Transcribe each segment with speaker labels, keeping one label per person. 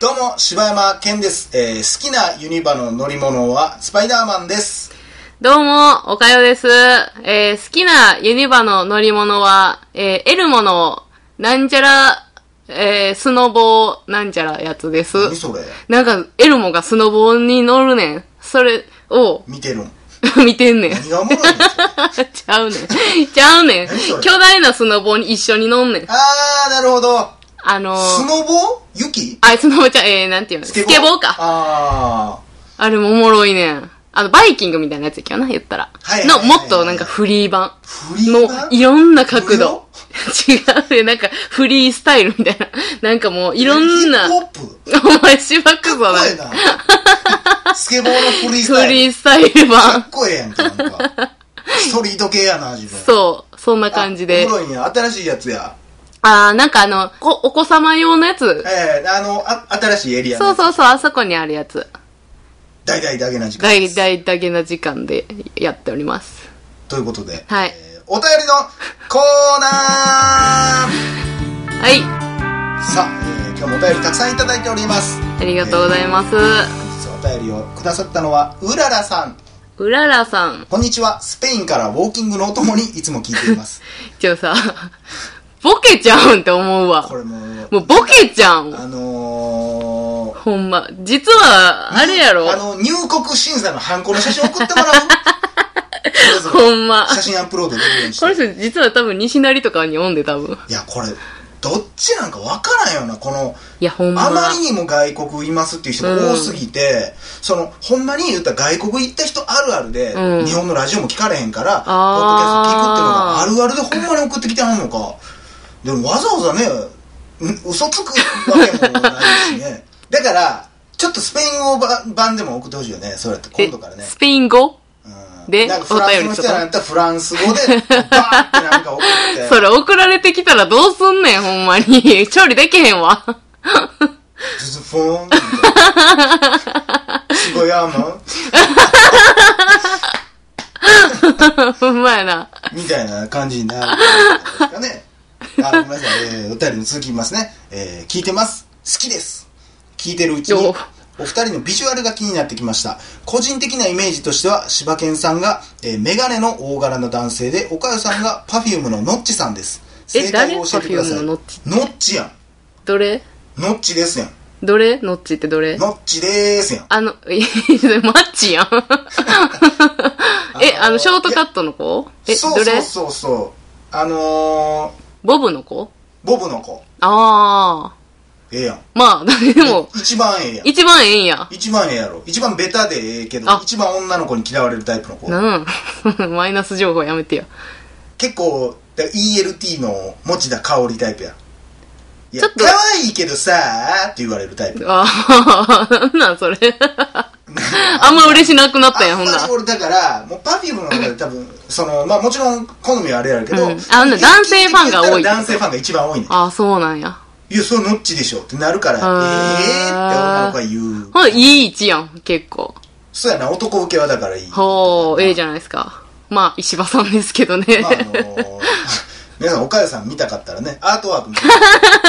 Speaker 1: どうも、柴山健です。えー好きなユニバの乗り物はスパイダーマンです。
Speaker 2: どうも、おかよです。えー好きなユニバの乗り物は、えー、エルモの、なんちゃら、えースノボー、なんちゃらやつです。
Speaker 1: 何それ
Speaker 2: なんか、エルモがスノボーに乗るねん。それを
Speaker 1: 見てるん。
Speaker 2: 見てん ねん。
Speaker 1: 何がおもろいんですか
Speaker 2: ちゃうねん。ちゃうねん
Speaker 1: 何それ。
Speaker 2: 巨大なスノボーに一緒に乗んねん。
Speaker 1: あー、なるほど。
Speaker 2: あのー、
Speaker 1: スノボ雪
Speaker 2: あ、スノボちゃう、えー、なんていうのスケボーか。
Speaker 1: あ
Speaker 2: あれもおもろいねん。あの、バイキングみたいなやつやっけどな、言ったら。
Speaker 1: はいはい
Speaker 2: の、
Speaker 1: はい
Speaker 2: もっとなんかフリー版。
Speaker 1: ー、フリ
Speaker 2: も
Speaker 1: ー
Speaker 2: う
Speaker 1: ない
Speaker 2: ろんな角度。 違うね、なんかフリースタイルみたいな。 なんかもういろんな、
Speaker 1: ヒッ
Speaker 2: お
Speaker 1: プホップ
Speaker 2: 前しばくぞ
Speaker 1: かっ
Speaker 2: な
Speaker 1: こ。ええな。スケボーのフリースタ
Speaker 2: フ
Speaker 1: イル。
Speaker 2: リースタイル
Speaker 1: か
Speaker 2: 版。
Speaker 1: っこええやんか、なん か。ストリート系やな、自分。
Speaker 2: そう、そんな感じで
Speaker 1: あお。もろいんや。新しいやつや。
Speaker 2: あー、なんかあの、おお子様用のやつ。
Speaker 1: ええあの、あ、新しいエリアの
Speaker 2: そうそうそう、あそこにあるやつ。
Speaker 1: 大々だけな時間で
Speaker 2: 大
Speaker 1: す。
Speaker 2: 大だけな時間でやっております。
Speaker 1: ということで、
Speaker 2: はい
Speaker 1: えーお便りのコーナ
Speaker 2: はい、
Speaker 1: ーさあ、えー今日もお便りたくさんいただいております。
Speaker 2: ありがとうございます。
Speaker 1: 実はお便りをくださったのは、うららさん。
Speaker 2: うららさん。
Speaker 1: こんにちは。スペインからウォーキングのお供にいつも聞いてい ます。
Speaker 2: ちょ、さ、ボケちゃうんって思うわ
Speaker 1: こ。れもう、
Speaker 2: もうボケちゃうん。
Speaker 1: あのー、
Speaker 2: ほんま。実は、あれやろ
Speaker 1: あの、入国審査のハンコの写真送っても らうそれぞれ
Speaker 2: ほんま。
Speaker 1: 写真アップロードできるようにし
Speaker 2: この
Speaker 1: て。
Speaker 2: 人、実は多分西成とかにおんで、多分。
Speaker 1: いや、これ、どっちなんかわからんよな、この、
Speaker 2: いや、ほんま。
Speaker 1: あまりにも外国いますっていう人が多すぎて、その、ほんまに言ったら外国行った人あるあるで、
Speaker 2: うん
Speaker 1: 日本のラジオも聞かれへんから、ポッドキャスト聞くっていうのがあ
Speaker 2: あー
Speaker 1: るあるでほんまに送ってきてはんのか。でもわざわざね、ん嘘つくわけもないしね。 だから、ちょっとスペイン語ば版でも送ってほしいよね。そうやって今度からね
Speaker 2: え。スペイン語
Speaker 1: うん
Speaker 2: で
Speaker 1: なんかフランスの人なんやったらフランス語で、バーってなんか送って。
Speaker 2: それ送られてきたらどうすんねん、ほんま に。調理できへんわ。
Speaker 1: ズズフォーンみたいな。すごいアーモン
Speaker 2: ほんまやな。
Speaker 1: みたいな感じになるんですかね。 あ、ごめんなさい。えー、お便りの続きますね。えー、聞いてます。好きです。聞いてるうちに
Speaker 2: よ、
Speaker 1: お二人のビジュアルが気になってきました。個人的なイメージとしては、柴犬さんが、えー、メガネの大柄の男性で、岡代さんがパフュームのノッチさんです。
Speaker 2: え
Speaker 1: 解を教えてください。
Speaker 2: 誰 Perfume のノッチ
Speaker 1: ノッチやん。
Speaker 2: どれ
Speaker 1: ノッチですやん。
Speaker 2: どれノッチってどれ
Speaker 1: ノッチでーすやん。
Speaker 2: あの、 え、それマッ チやん。え、あの、ショートカットの子え、
Speaker 1: そう
Speaker 2: ど
Speaker 1: そう
Speaker 2: れ
Speaker 1: そうそう。あのー、
Speaker 2: ボブの子
Speaker 1: ボブの子。
Speaker 2: あ
Speaker 1: ええやん。
Speaker 2: ー。まあ、 誰でも、
Speaker 1: 一番ええやん。
Speaker 2: 一番ええんや。
Speaker 1: 一番ええやろ一番ベタでええけど
Speaker 2: あ
Speaker 1: 一番女の子に嫌われるタイプの子
Speaker 2: うん。 マイナス情報やめてよ。
Speaker 1: 結構だ ELT の持田香織タイプやいや
Speaker 2: ちょっと
Speaker 1: 可愛いけどさーって言われるタイプ
Speaker 2: ああ、なんなんそれ。 あんま嬉しなくなったんや、
Speaker 1: あ
Speaker 2: ほ
Speaker 1: ん
Speaker 2: んな
Speaker 1: ま
Speaker 2: ら
Speaker 1: り。俺だからもうパフュームの中で多 分そのまあもちろん好みはあれやるけど、
Speaker 2: うんあの男性ファンが多い
Speaker 1: 男性ファンが一番多いね
Speaker 2: ああ、そうなんや。
Speaker 1: いやそれノッチでしょってなるからえ
Speaker 2: あー
Speaker 1: えーって女の子が言う
Speaker 2: ほんといい位置やん、結構。
Speaker 1: そうやな男受けはだからいい
Speaker 2: ほう、ええじゃないですか。まあ、石破さんですけどね。
Speaker 1: まああのー皆さん、岡谷さん見たかったらね、アートワーク見て岡谷さん見てね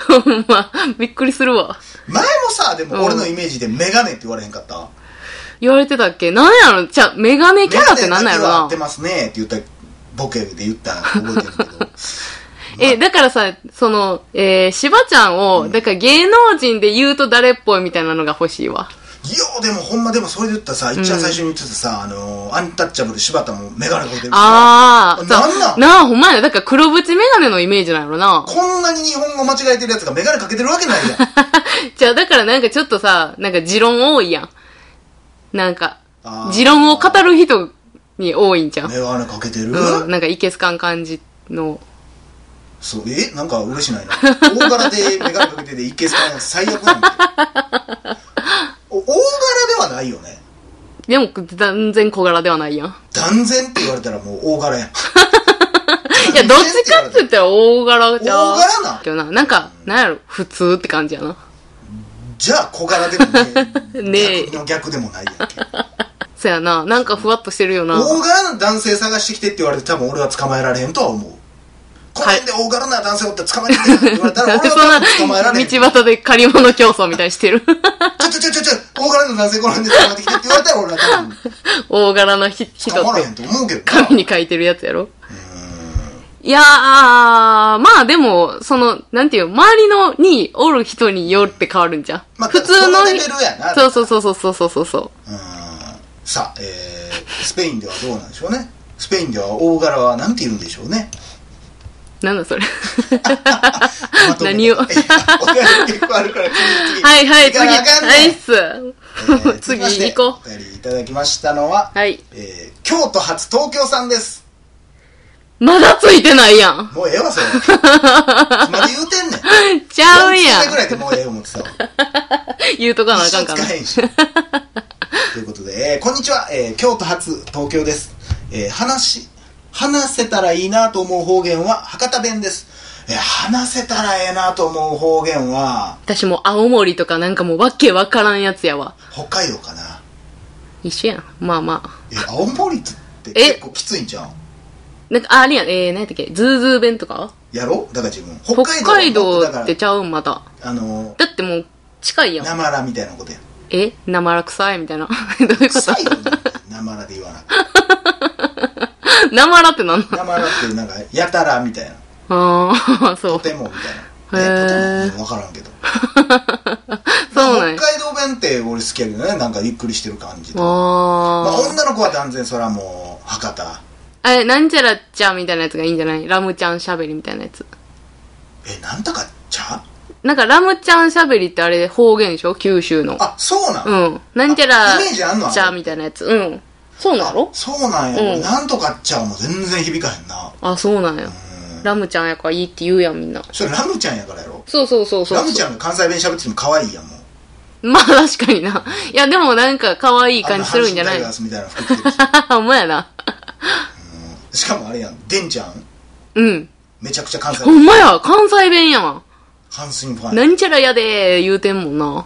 Speaker 2: ほんま、びっくりするわ。
Speaker 1: 前もさ、で
Speaker 2: う
Speaker 1: も
Speaker 2: ん
Speaker 1: 俺のイメージでメガネって言われへんかった。
Speaker 2: 言われてたっけなんやろじゃあ、メガネキャラってなんなんや
Speaker 1: メガネだ
Speaker 2: ろ
Speaker 1: けは合
Speaker 2: な
Speaker 1: ってますねって言った、ボケで言った、覚えてるけど。
Speaker 2: え、だからさ、その、えー、しばちゃんを、だから芸能人で言うと誰っぽいみたいなのが欲しいわ。
Speaker 1: いや、でもほんまでもそれで言ったらさ、一番最初に言ってたさ、あのー、アンタッチャブル柴田もメガネかけてるし
Speaker 2: ああ、
Speaker 1: なんなん
Speaker 2: なあ、ほんまやな。だから黒縁メガネのイメージなんやろな。
Speaker 1: こんなに日本語間違えてるやつがメガネかけてるわけないやん。
Speaker 2: じゃあ、だからなんかちょっとさ、なんか持論多いやん。なんか
Speaker 1: あー、
Speaker 2: 持論を語る人に多いんじゃん。
Speaker 1: メガネかけてる、
Speaker 2: うん、なんかいけすかん感じの。
Speaker 1: そう、えなんか嬉しないな。大柄でメガネかけてて、一見使えない最悪なんだよお大柄ではないよね。
Speaker 2: でも、断然小柄ではないやん。
Speaker 1: 断然って言われたらもう大柄やん。
Speaker 2: いや、どっちかって言ったら大柄じゃん。
Speaker 1: 大柄なん
Speaker 2: けどな。なんか、なんやろ、普通って感じやな。
Speaker 1: じゃあ小柄でもね
Speaker 2: ねえ
Speaker 1: 逆の逆でもないやんけ。
Speaker 2: そやな。なんかふわっとしてるよな。
Speaker 1: 大柄な男性探してきてって言われて多分俺は捕まえられへんとは思う。この辺で大柄な男性おったら捕まえてくれって言われた
Speaker 2: な
Speaker 1: ら、
Speaker 2: んで
Speaker 1: 俺
Speaker 2: そんな
Speaker 1: は捕まえられへん。ちょ
Speaker 2: 道端で借り物競争みたいにしてる
Speaker 1: ちょちょちょちょ、大柄な男性この辺で捕まえてきてって言われたら、俺は多分
Speaker 2: 大柄なひ人
Speaker 1: 捕ま
Speaker 2: っ
Speaker 1: ら
Speaker 2: て
Speaker 1: へんと思うけどな。
Speaker 2: 紙に書いてるやつやろいやー、まあでも、その、なんていう、周りのにおる人によって変わるんじゃん。
Speaker 1: まあ
Speaker 2: 普通
Speaker 1: そ
Speaker 2: の
Speaker 1: のレベルやな
Speaker 2: そうそうそうそうそうそうそう。
Speaker 1: うーんさあ、えー、スペインではどうなんでしょうね。スペインでは大柄はなんて言うんでしょうね。
Speaker 2: なんだそれ。
Speaker 1: まとめた
Speaker 2: 何を
Speaker 1: いや お便り結構あるから、次々
Speaker 2: はいは
Speaker 1: 行
Speaker 2: い、次。
Speaker 1: かなあかん
Speaker 2: は
Speaker 1: ね
Speaker 2: い
Speaker 1: ん
Speaker 2: っ
Speaker 1: え
Speaker 2: す。
Speaker 1: ー続
Speaker 2: 次
Speaker 1: きまして
Speaker 2: 行こ
Speaker 1: お便りいただきましたのは、
Speaker 2: う。はい。
Speaker 1: えー京都発東京さんです。
Speaker 2: まだついてないやん。
Speaker 1: もうええわ、そ れ。まで言うてんねん。
Speaker 2: ちゃう
Speaker 1: 40
Speaker 2: や
Speaker 1: 歳ぐら
Speaker 2: ん。
Speaker 1: いでもうええ思ってたわ。
Speaker 2: 言う とかなあ
Speaker 1: 一
Speaker 2: か
Speaker 1: 生
Speaker 2: んかな
Speaker 1: 使。 えんし。ということで、えーこんにちは、えー京都発東京です。えー話し、話せたらいいなと思う方言は博多弁です。えー話せたらええなと思う方言は
Speaker 2: 私もう青森とかなんかもうわけわからんやつやわ。
Speaker 1: 北海道かな。
Speaker 2: 一緒やん。まあまあ。
Speaker 1: えー青森って結構きついんじゃん。
Speaker 2: なんか、ああれやん。えー、何やったっけズーズー弁とか
Speaker 1: やろだから自分。
Speaker 2: 北
Speaker 1: 北海道
Speaker 2: 海道
Speaker 1: だか
Speaker 2: って
Speaker 1: ら、
Speaker 2: ちゃうん、また。
Speaker 1: あのー、
Speaker 2: だってもう、近いやん。
Speaker 1: なまらみたいなこと や。
Speaker 2: え生ら臭いみたいな。 どういうこ
Speaker 1: 臭いよ
Speaker 2: と
Speaker 1: ね、なまらで言わなくて。
Speaker 2: 生らってなんな
Speaker 1: なまらってなんか、やたらみたいな。
Speaker 2: ああ、そう
Speaker 1: と。てもみたい
Speaker 2: へ
Speaker 1: な。ね、
Speaker 2: ー
Speaker 1: とても分からんけど。
Speaker 2: そうなんや
Speaker 1: 北。海道弁って俺好きやけどねなんかゆっくりしてる感じで、まあ、
Speaker 2: あ
Speaker 1: 女の子は断然それはもう博多
Speaker 2: あ。え、なんちゃらちゃんみたいなやつがいいんじゃないラムちゃんしゃべりみたいなやつ。
Speaker 1: えなんとか茶
Speaker 2: なんかラムちゃんしゃべりってあれ方言でしょ九州の。
Speaker 1: あそうなん、
Speaker 2: うん。なんちゃ
Speaker 1: あ
Speaker 2: ら
Speaker 1: イメージあんのあれ
Speaker 2: ちゃんみたいなやつ。うん。そうなの
Speaker 1: そうなんや、
Speaker 2: うん
Speaker 1: 俺なんとか茶はもう全然響かへんな
Speaker 2: あ、そうなんや。ラムちゃんやからいいって言うやん、みんな。
Speaker 1: それラムちゃんやからやろ
Speaker 2: そうそうそうそう。
Speaker 1: ラムちゃんが関西弁喋ってても可愛いやんもう
Speaker 2: まあ確かにな。いや、でもなんか可愛い感じするんじゃな
Speaker 1: あ
Speaker 2: い
Speaker 1: の阪神タイガースみたいな服着てる
Speaker 2: ほんまやな。
Speaker 1: ししかもあれやんデンちゃん
Speaker 2: うん。
Speaker 1: めちゃくちゃ関西
Speaker 2: ほんまや関西弁やん。
Speaker 1: 阪神ファンな
Speaker 2: なんちゃらやでー言うてんもんな。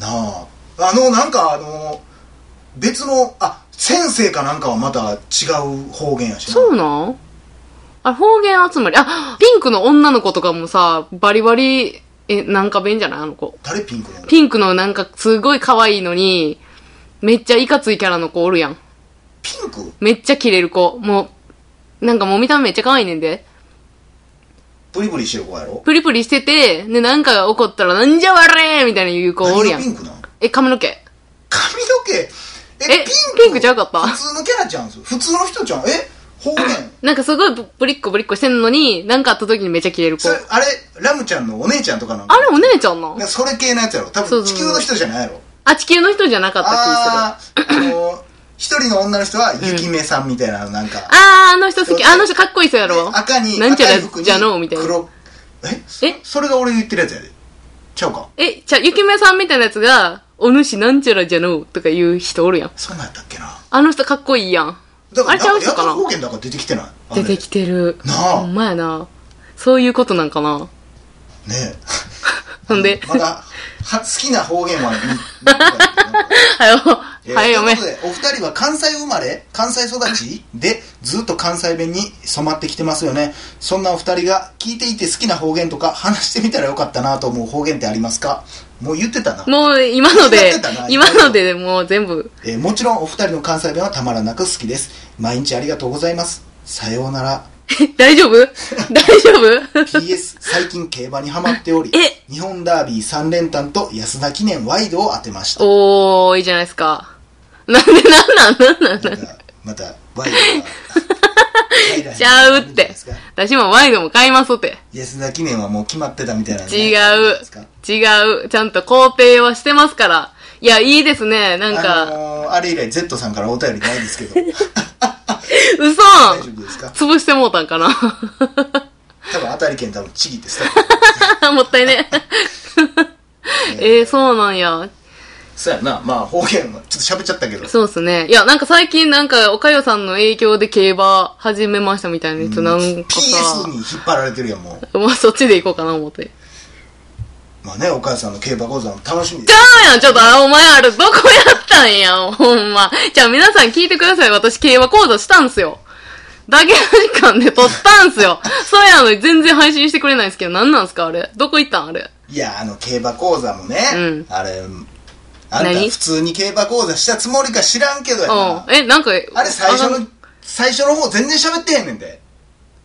Speaker 1: ああのなんかあの別のあ先生かなんかはまた違う方言やしな
Speaker 2: そうなんあれ、方言集まり。あ、ピンクの女の子とかもさ、バリバリ、え、なんか弁じゃないあの子。
Speaker 1: 誰ピンクなの
Speaker 2: ピンクのなんかすごい可愛いのに、めっちゃいかついキャラの子おるやん。
Speaker 1: ピンク
Speaker 2: めっちゃキレる子。もう、なんかもう見た目めっちゃ可愛いねんで。
Speaker 1: プリプリしてる子やろ
Speaker 2: プリプリしてて、で、なんか怒ったら、なんじゃわれーみたいな言う子おるや
Speaker 1: 何がピ
Speaker 2: ん。
Speaker 1: ンクなん
Speaker 2: え、髪の毛。
Speaker 1: 髪の毛え
Speaker 2: えピンクちゃうかった
Speaker 1: 普通のキャラちゃうんすよ普通の人ちゃんえ方言
Speaker 2: なんかすごいぶぶりっこぶりっこしてんのに、なんかあった時にめっちゃキレる子
Speaker 1: そ。れあれラムちゃんのお姉ちゃんとかなんか
Speaker 2: あれお姉ちゃんな
Speaker 1: ねそれ系のやつやろ多
Speaker 2: そう
Speaker 1: 分
Speaker 2: そう
Speaker 1: 地球の人じゃないやろ
Speaker 2: あ、地球の人じゃなかった気する。
Speaker 1: あああの一人の女の人は雪目さんみたいななんか、
Speaker 2: あー、あの人好き。
Speaker 1: そう
Speaker 2: あの人かっこいい人やろ。
Speaker 1: 赤に
Speaker 2: なんちゃ
Speaker 1: 赤
Speaker 2: ら
Speaker 1: い服に
Speaker 2: じゃのうみたいな。
Speaker 1: 黒え
Speaker 2: え
Speaker 1: えそれが俺言ってるやつやでちゃうか
Speaker 2: え、じゃあ、ゆきめさんみたいなやつが、お主なんちゃらじゃのうとか言う人おるやん。
Speaker 1: そんなんやったっけな
Speaker 2: あの人かっこいいやん。
Speaker 1: だから
Speaker 2: あれちゃう人
Speaker 1: や
Speaker 2: か
Speaker 1: た
Speaker 2: な
Speaker 1: ら方言だから出てきてないあれ
Speaker 2: 出てきてる。
Speaker 1: なあ
Speaker 2: ほんまやな。そういうことなんかな。
Speaker 1: ねえ
Speaker 2: ほんで、
Speaker 1: まだ、は好きな方言は、み
Speaker 2: はよ、は
Speaker 1: えー
Speaker 2: よ
Speaker 1: とい
Speaker 2: 嫁
Speaker 1: うこ。とで、お二人は関西生まれ、関西育ちで、ずっと関西弁に染まってきてますよね。そんなお二人が聞いていて好きな方言とか、話してみたらよかったなと思う方言ってありますかもう言ってたな。
Speaker 2: もう、今ので
Speaker 1: 気になってた、な
Speaker 2: 今のでもう全部。
Speaker 1: えーもちろんお二人の関西弁はたまらなく好きです。毎日ありがとうございます。さようなら。
Speaker 2: え 大丈夫大丈夫
Speaker 1: PS、最近競馬にハマっており
Speaker 2: え、
Speaker 1: 日本ダービー3連単と安田記念ワイドを当てました。
Speaker 2: おー、いいじゃないですか。なんで、なんなん、なんなん、
Speaker 1: また、また、ワイドが。
Speaker 2: ちゃうって。私もワイドも買いますって。
Speaker 1: 安田記念はもう決まってたみたいなね、
Speaker 2: 違
Speaker 1: なん
Speaker 2: う
Speaker 1: ですか。
Speaker 2: 違う。ちゃんと肯定はしてますから。いや、いいですね。なん
Speaker 1: あ
Speaker 2: か、
Speaker 1: のー、あれ以来 Z さんからお便りないです けど、
Speaker 2: 嘘
Speaker 1: 大丈夫ですか
Speaker 2: 潰してもうたんかな
Speaker 1: 多分当たり券多分ちぎってスタッ
Speaker 2: もった いね。えー、そうなんや。
Speaker 1: そうやな、まあ方言はちょっと喋っちゃったけど、
Speaker 2: そうっすね。いや、なんか最近なんか、おかよさんの影響で競馬始めましたみたいな人なんか
Speaker 1: PS
Speaker 2: さ、
Speaker 1: に引っ張られてるやん、もう。
Speaker 2: まあそっちで行こうかな思って。
Speaker 1: まあね、お母さんの競馬講座も楽しみで
Speaker 2: ち
Speaker 1: す。
Speaker 2: ゃうやんちょっと、あお前あれどこやったんやほんま。じゃあ皆さん聞いてください。私、競馬講座したんすよ。だけの時間で撮ったん すよ。そうやのに全然配信してくれないんですけど、なんなんすかあれ。どこ行ったんあれ。
Speaker 1: いや、あの、競馬講座もね、
Speaker 2: うん
Speaker 1: あれ、あんた
Speaker 2: 何
Speaker 1: 普通に競馬講座したつもりか知らんけどやな
Speaker 2: う。ん。え、なんか、
Speaker 1: あれ最初
Speaker 2: あ
Speaker 1: の、最初の方全然喋ってへんねんで。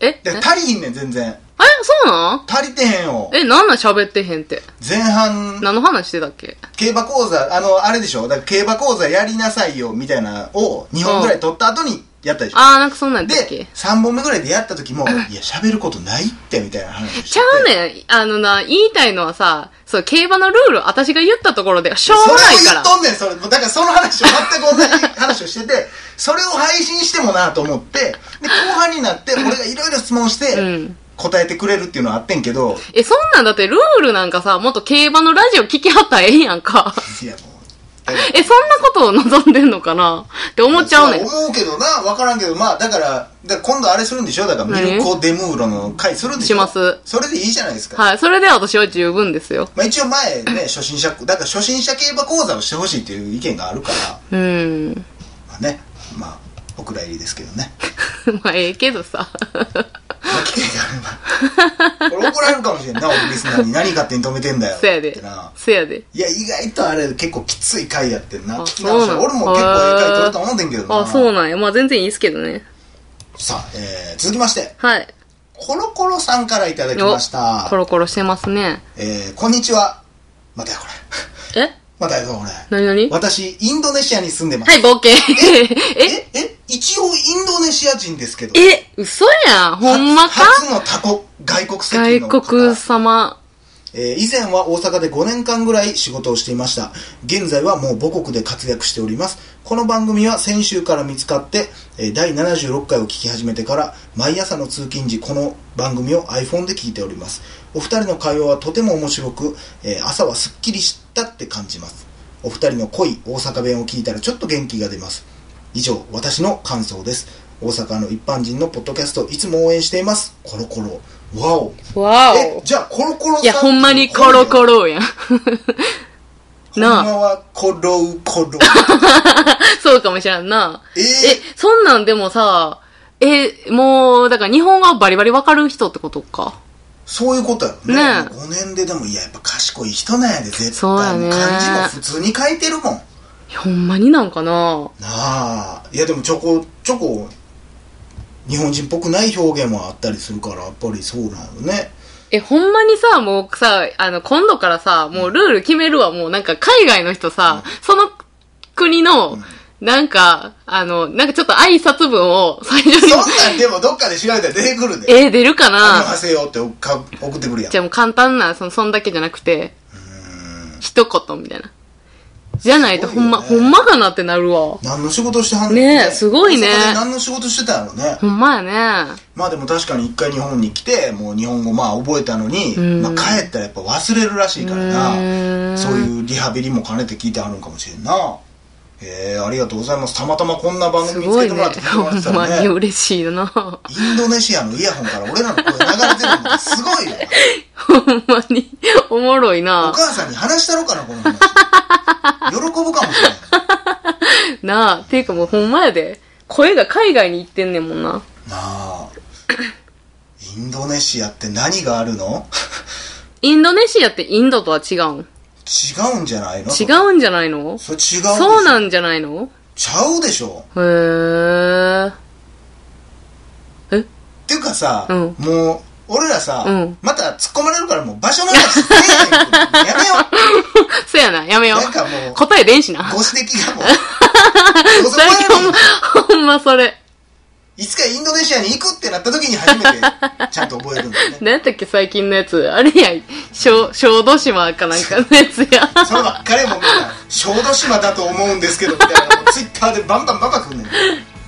Speaker 2: ええ
Speaker 1: で足りひんねん、全然。
Speaker 2: え、そうなん
Speaker 1: 足りてへんよ。
Speaker 2: え、なんなん喋ってへんって。
Speaker 1: 前半、
Speaker 2: 何の話してたっけ
Speaker 1: 競馬講座、あの、あれでしょだから競馬講座やりなさいよ、みたいなを2本ぐらい取った後にやったでしょ、
Speaker 2: あー、なんかそんなんやったっ
Speaker 1: で
Speaker 2: け、
Speaker 1: 3本目ぐらいでやった時も、いや、喋ることないって、みたいな話をして
Speaker 2: ちゃうねん。あのな、言いたいのはさ、そう、競馬のルール、私が言ったところで、しょう
Speaker 1: そ
Speaker 2: も
Speaker 1: れ
Speaker 2: ない
Speaker 1: を
Speaker 2: か
Speaker 1: 言
Speaker 2: ら
Speaker 1: っ。とんねん、それ。だからその話を全く同じ話をして て、それを配信してもなと思って、で、後半になって、俺がいろいろ質問し
Speaker 2: う
Speaker 1: て
Speaker 2: ん、
Speaker 1: 答えてくれるっていうのはあってんけど、
Speaker 2: え、そんなんだってルールなんかさ、もっと競馬のラジオ聞きはったらええやんか。
Speaker 1: いや、もうだから。
Speaker 2: え、そんなことを望んでんのかなって思っちゃうねん。
Speaker 1: そう思うけどな、わからんけど、まあ、だから、だから今度あれするんでしょだから、ミ
Speaker 2: 何
Speaker 1: ルコ・デムーロの回するんでしょ
Speaker 2: します
Speaker 1: それでいいじゃないですか。
Speaker 2: はい、それで私は十分ですよ。
Speaker 1: まあ一応前ね、初心者、だから初心者競馬講座をしてほしいっていう意見があるから、
Speaker 2: うん。
Speaker 1: まあね、まあ、お蔵入りですけどね。
Speaker 2: まあ、ええけどさ。
Speaker 1: まあ、機会があれば。俺怒られるかもしれんな、俺リスナーに何勝手に止めてんだよ。
Speaker 2: せや
Speaker 1: っ
Speaker 2: で
Speaker 1: てな。。
Speaker 2: せやで。
Speaker 1: いや、意外とあれ結構きつい回やってんな。
Speaker 2: あ
Speaker 1: 聞き直したら
Speaker 2: そう
Speaker 1: 俺
Speaker 2: な
Speaker 1: も
Speaker 2: の
Speaker 1: 結構ええ回取れた思うねんけどな。
Speaker 2: あ、そうなんや。まあ、全然いいっすけどね。
Speaker 1: さあ、えー、続きまして、
Speaker 2: はい。
Speaker 1: コロコロさんからいただきまし
Speaker 2: コ
Speaker 1: た。
Speaker 2: ロコロしてますね。
Speaker 1: えー、こんにちは。またやこれ。
Speaker 2: え
Speaker 1: またやこれ。
Speaker 2: なになには
Speaker 1: 私、インドネシアに住んでます。
Speaker 2: い、冒険。え
Speaker 1: ええ一応インドネシア人ですけど。
Speaker 2: え、嘘やん。ほんまか
Speaker 1: 初初のタコ、外国籍
Speaker 2: 外
Speaker 1: の方
Speaker 2: 国様。
Speaker 1: えー以前は大阪で5年間ぐらい仕事をしていました。現在はもう母国で活躍しております。この番組は先週から見つかって、えー第76回を聞き始めてから、毎朝の通勤時、この番組を iPhone で聞いております。お二人の会話はとても面白く、えー朝はすっきりしたって感じます。お二人の濃い大阪弁を聞いたらちょっと元気が出ます。以上、私の感想です。大阪の一般人のポッドキャスト、いつも応援しています。コロコロ。わお。
Speaker 2: わ
Speaker 1: え
Speaker 2: お。
Speaker 1: じゃあコロコロさん
Speaker 2: いや、ほんまにコロコ
Speaker 1: ロ
Speaker 2: ロやん。
Speaker 1: ほんま
Speaker 2: なあ
Speaker 1: はコロウコロ
Speaker 2: そうかもしらんな。
Speaker 1: えー
Speaker 2: え、そんなんでもさ、え、もう、だから日本語はバリバリわかる人ってことか。
Speaker 1: そういうことやろね
Speaker 2: ねえ
Speaker 1: 5年ででもいややっぱ賢い人なんやで絶
Speaker 2: そうや
Speaker 1: 対
Speaker 2: ね
Speaker 1: 漢字も普通に書いてるもんない
Speaker 2: やほんまになんかな
Speaker 1: あいやでもちょこちょこ日本人っぽくない表現もあったりするからやっぱりそうなの ね
Speaker 2: え、ほんまにさ、もうさ、あの、今度からさ、もうルール決めるわ、もうなんか海外の人さ、その国の、なんか、あの、なんかちょっと挨拶文を最初
Speaker 1: そん
Speaker 2: に、
Speaker 1: なんでもどっかで調べたら出てくるんで
Speaker 2: え、出るか
Speaker 1: 「は
Speaker 2: な
Speaker 1: せよ」ってか送ってくるやん
Speaker 2: じゃあもう簡単な、その、そんだけじゃなくて、一言みたいな。じゃないと
Speaker 1: すご
Speaker 2: ほ
Speaker 1: いよ
Speaker 2: ん
Speaker 1: ね
Speaker 2: ま、ほんまかなってなるわ。
Speaker 1: 何の仕事してはん
Speaker 2: ねえすごいね
Speaker 1: 大阪で何の仕事してたんやろね
Speaker 2: ほんまやね。
Speaker 1: まあでも確かに一回日本に来てもう日本語まあ覚えたのに、
Speaker 2: ん
Speaker 1: まあ、帰ったらやっぱ忘れるらしいから
Speaker 2: う
Speaker 1: なんそういうリハビリも兼ねて聞いてあるんかもしれんなえー、ありがとうございますたまたまこんな番
Speaker 2: す
Speaker 1: 組見つ
Speaker 2: ご
Speaker 1: け
Speaker 2: い
Speaker 1: て
Speaker 2: ね。
Speaker 1: もらって
Speaker 2: ほんまに
Speaker 1: ね
Speaker 2: 嬉しいな。
Speaker 1: インドネシアのイヤホンから俺らの声流れてるのってすごい よ
Speaker 2: ほんまに、おもろい
Speaker 1: なお
Speaker 2: な。
Speaker 1: 母さんに話したろかなこの話喜ぶかもしれない
Speaker 2: なあ、ていうかもうほんまやで。声が海外に行ってんねんもんな。
Speaker 1: な あインドネシアって何があるの
Speaker 2: インドネシアってインドとは違うん
Speaker 1: 違うんじゃないの
Speaker 2: 違うんじゃないの
Speaker 1: それ違うでしょ
Speaker 2: そうなんじゃないの
Speaker 1: ちゃうでしょ
Speaker 2: へー。
Speaker 1: っていうかさ、
Speaker 2: うん
Speaker 1: もう俺らさ、
Speaker 2: うん
Speaker 1: また突っ込まれるからもう場所の話せえへんやめよ
Speaker 2: そやな、やめよ
Speaker 1: なんかもう
Speaker 2: う。答え出んしな。
Speaker 1: うご指摘がもうどうせ
Speaker 2: 最
Speaker 1: 俺
Speaker 2: 近
Speaker 1: ら
Speaker 2: ほん
Speaker 1: も
Speaker 2: ま、ほんまそれ。
Speaker 1: いつかインドネシアに行くってなった時に初めてちゃんと覚えるんだよね
Speaker 2: 何やったっけ最近のやつ。あれや、小、小豆島かなんかのやつ や。
Speaker 1: そればっかりもみんな小豆島だと思うんですけどみたいなのツイッターでバンバンバンバン来んねん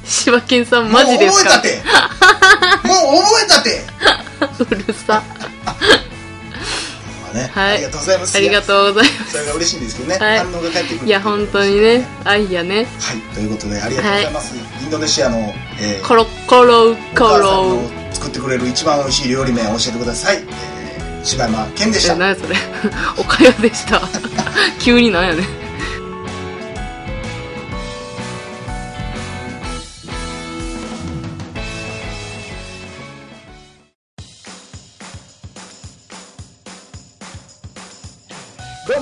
Speaker 2: 柴犬さんマジです
Speaker 1: もう
Speaker 2: か
Speaker 1: 覚えた てもう覚えたて、
Speaker 2: うるさ。
Speaker 1: まあね
Speaker 2: はい
Speaker 1: ありがとうございます
Speaker 2: ありがとうござい
Speaker 1: それが嬉しいんですけどね、
Speaker 2: はい
Speaker 1: 反応が返ってく
Speaker 2: ま
Speaker 1: る
Speaker 2: す。いや、本当にね、愛やね。
Speaker 1: はいということでありがとうございます、インドネシアの、えー
Speaker 2: コロコロコ
Speaker 1: お母
Speaker 2: ロ。
Speaker 1: さんの作ってくれる一番美味しい料理名を教えてください、えー、柴山健でし
Speaker 2: え、
Speaker 1: た
Speaker 2: 何やそれ。 おかよでした。 急になんやねん。
Speaker 1: どう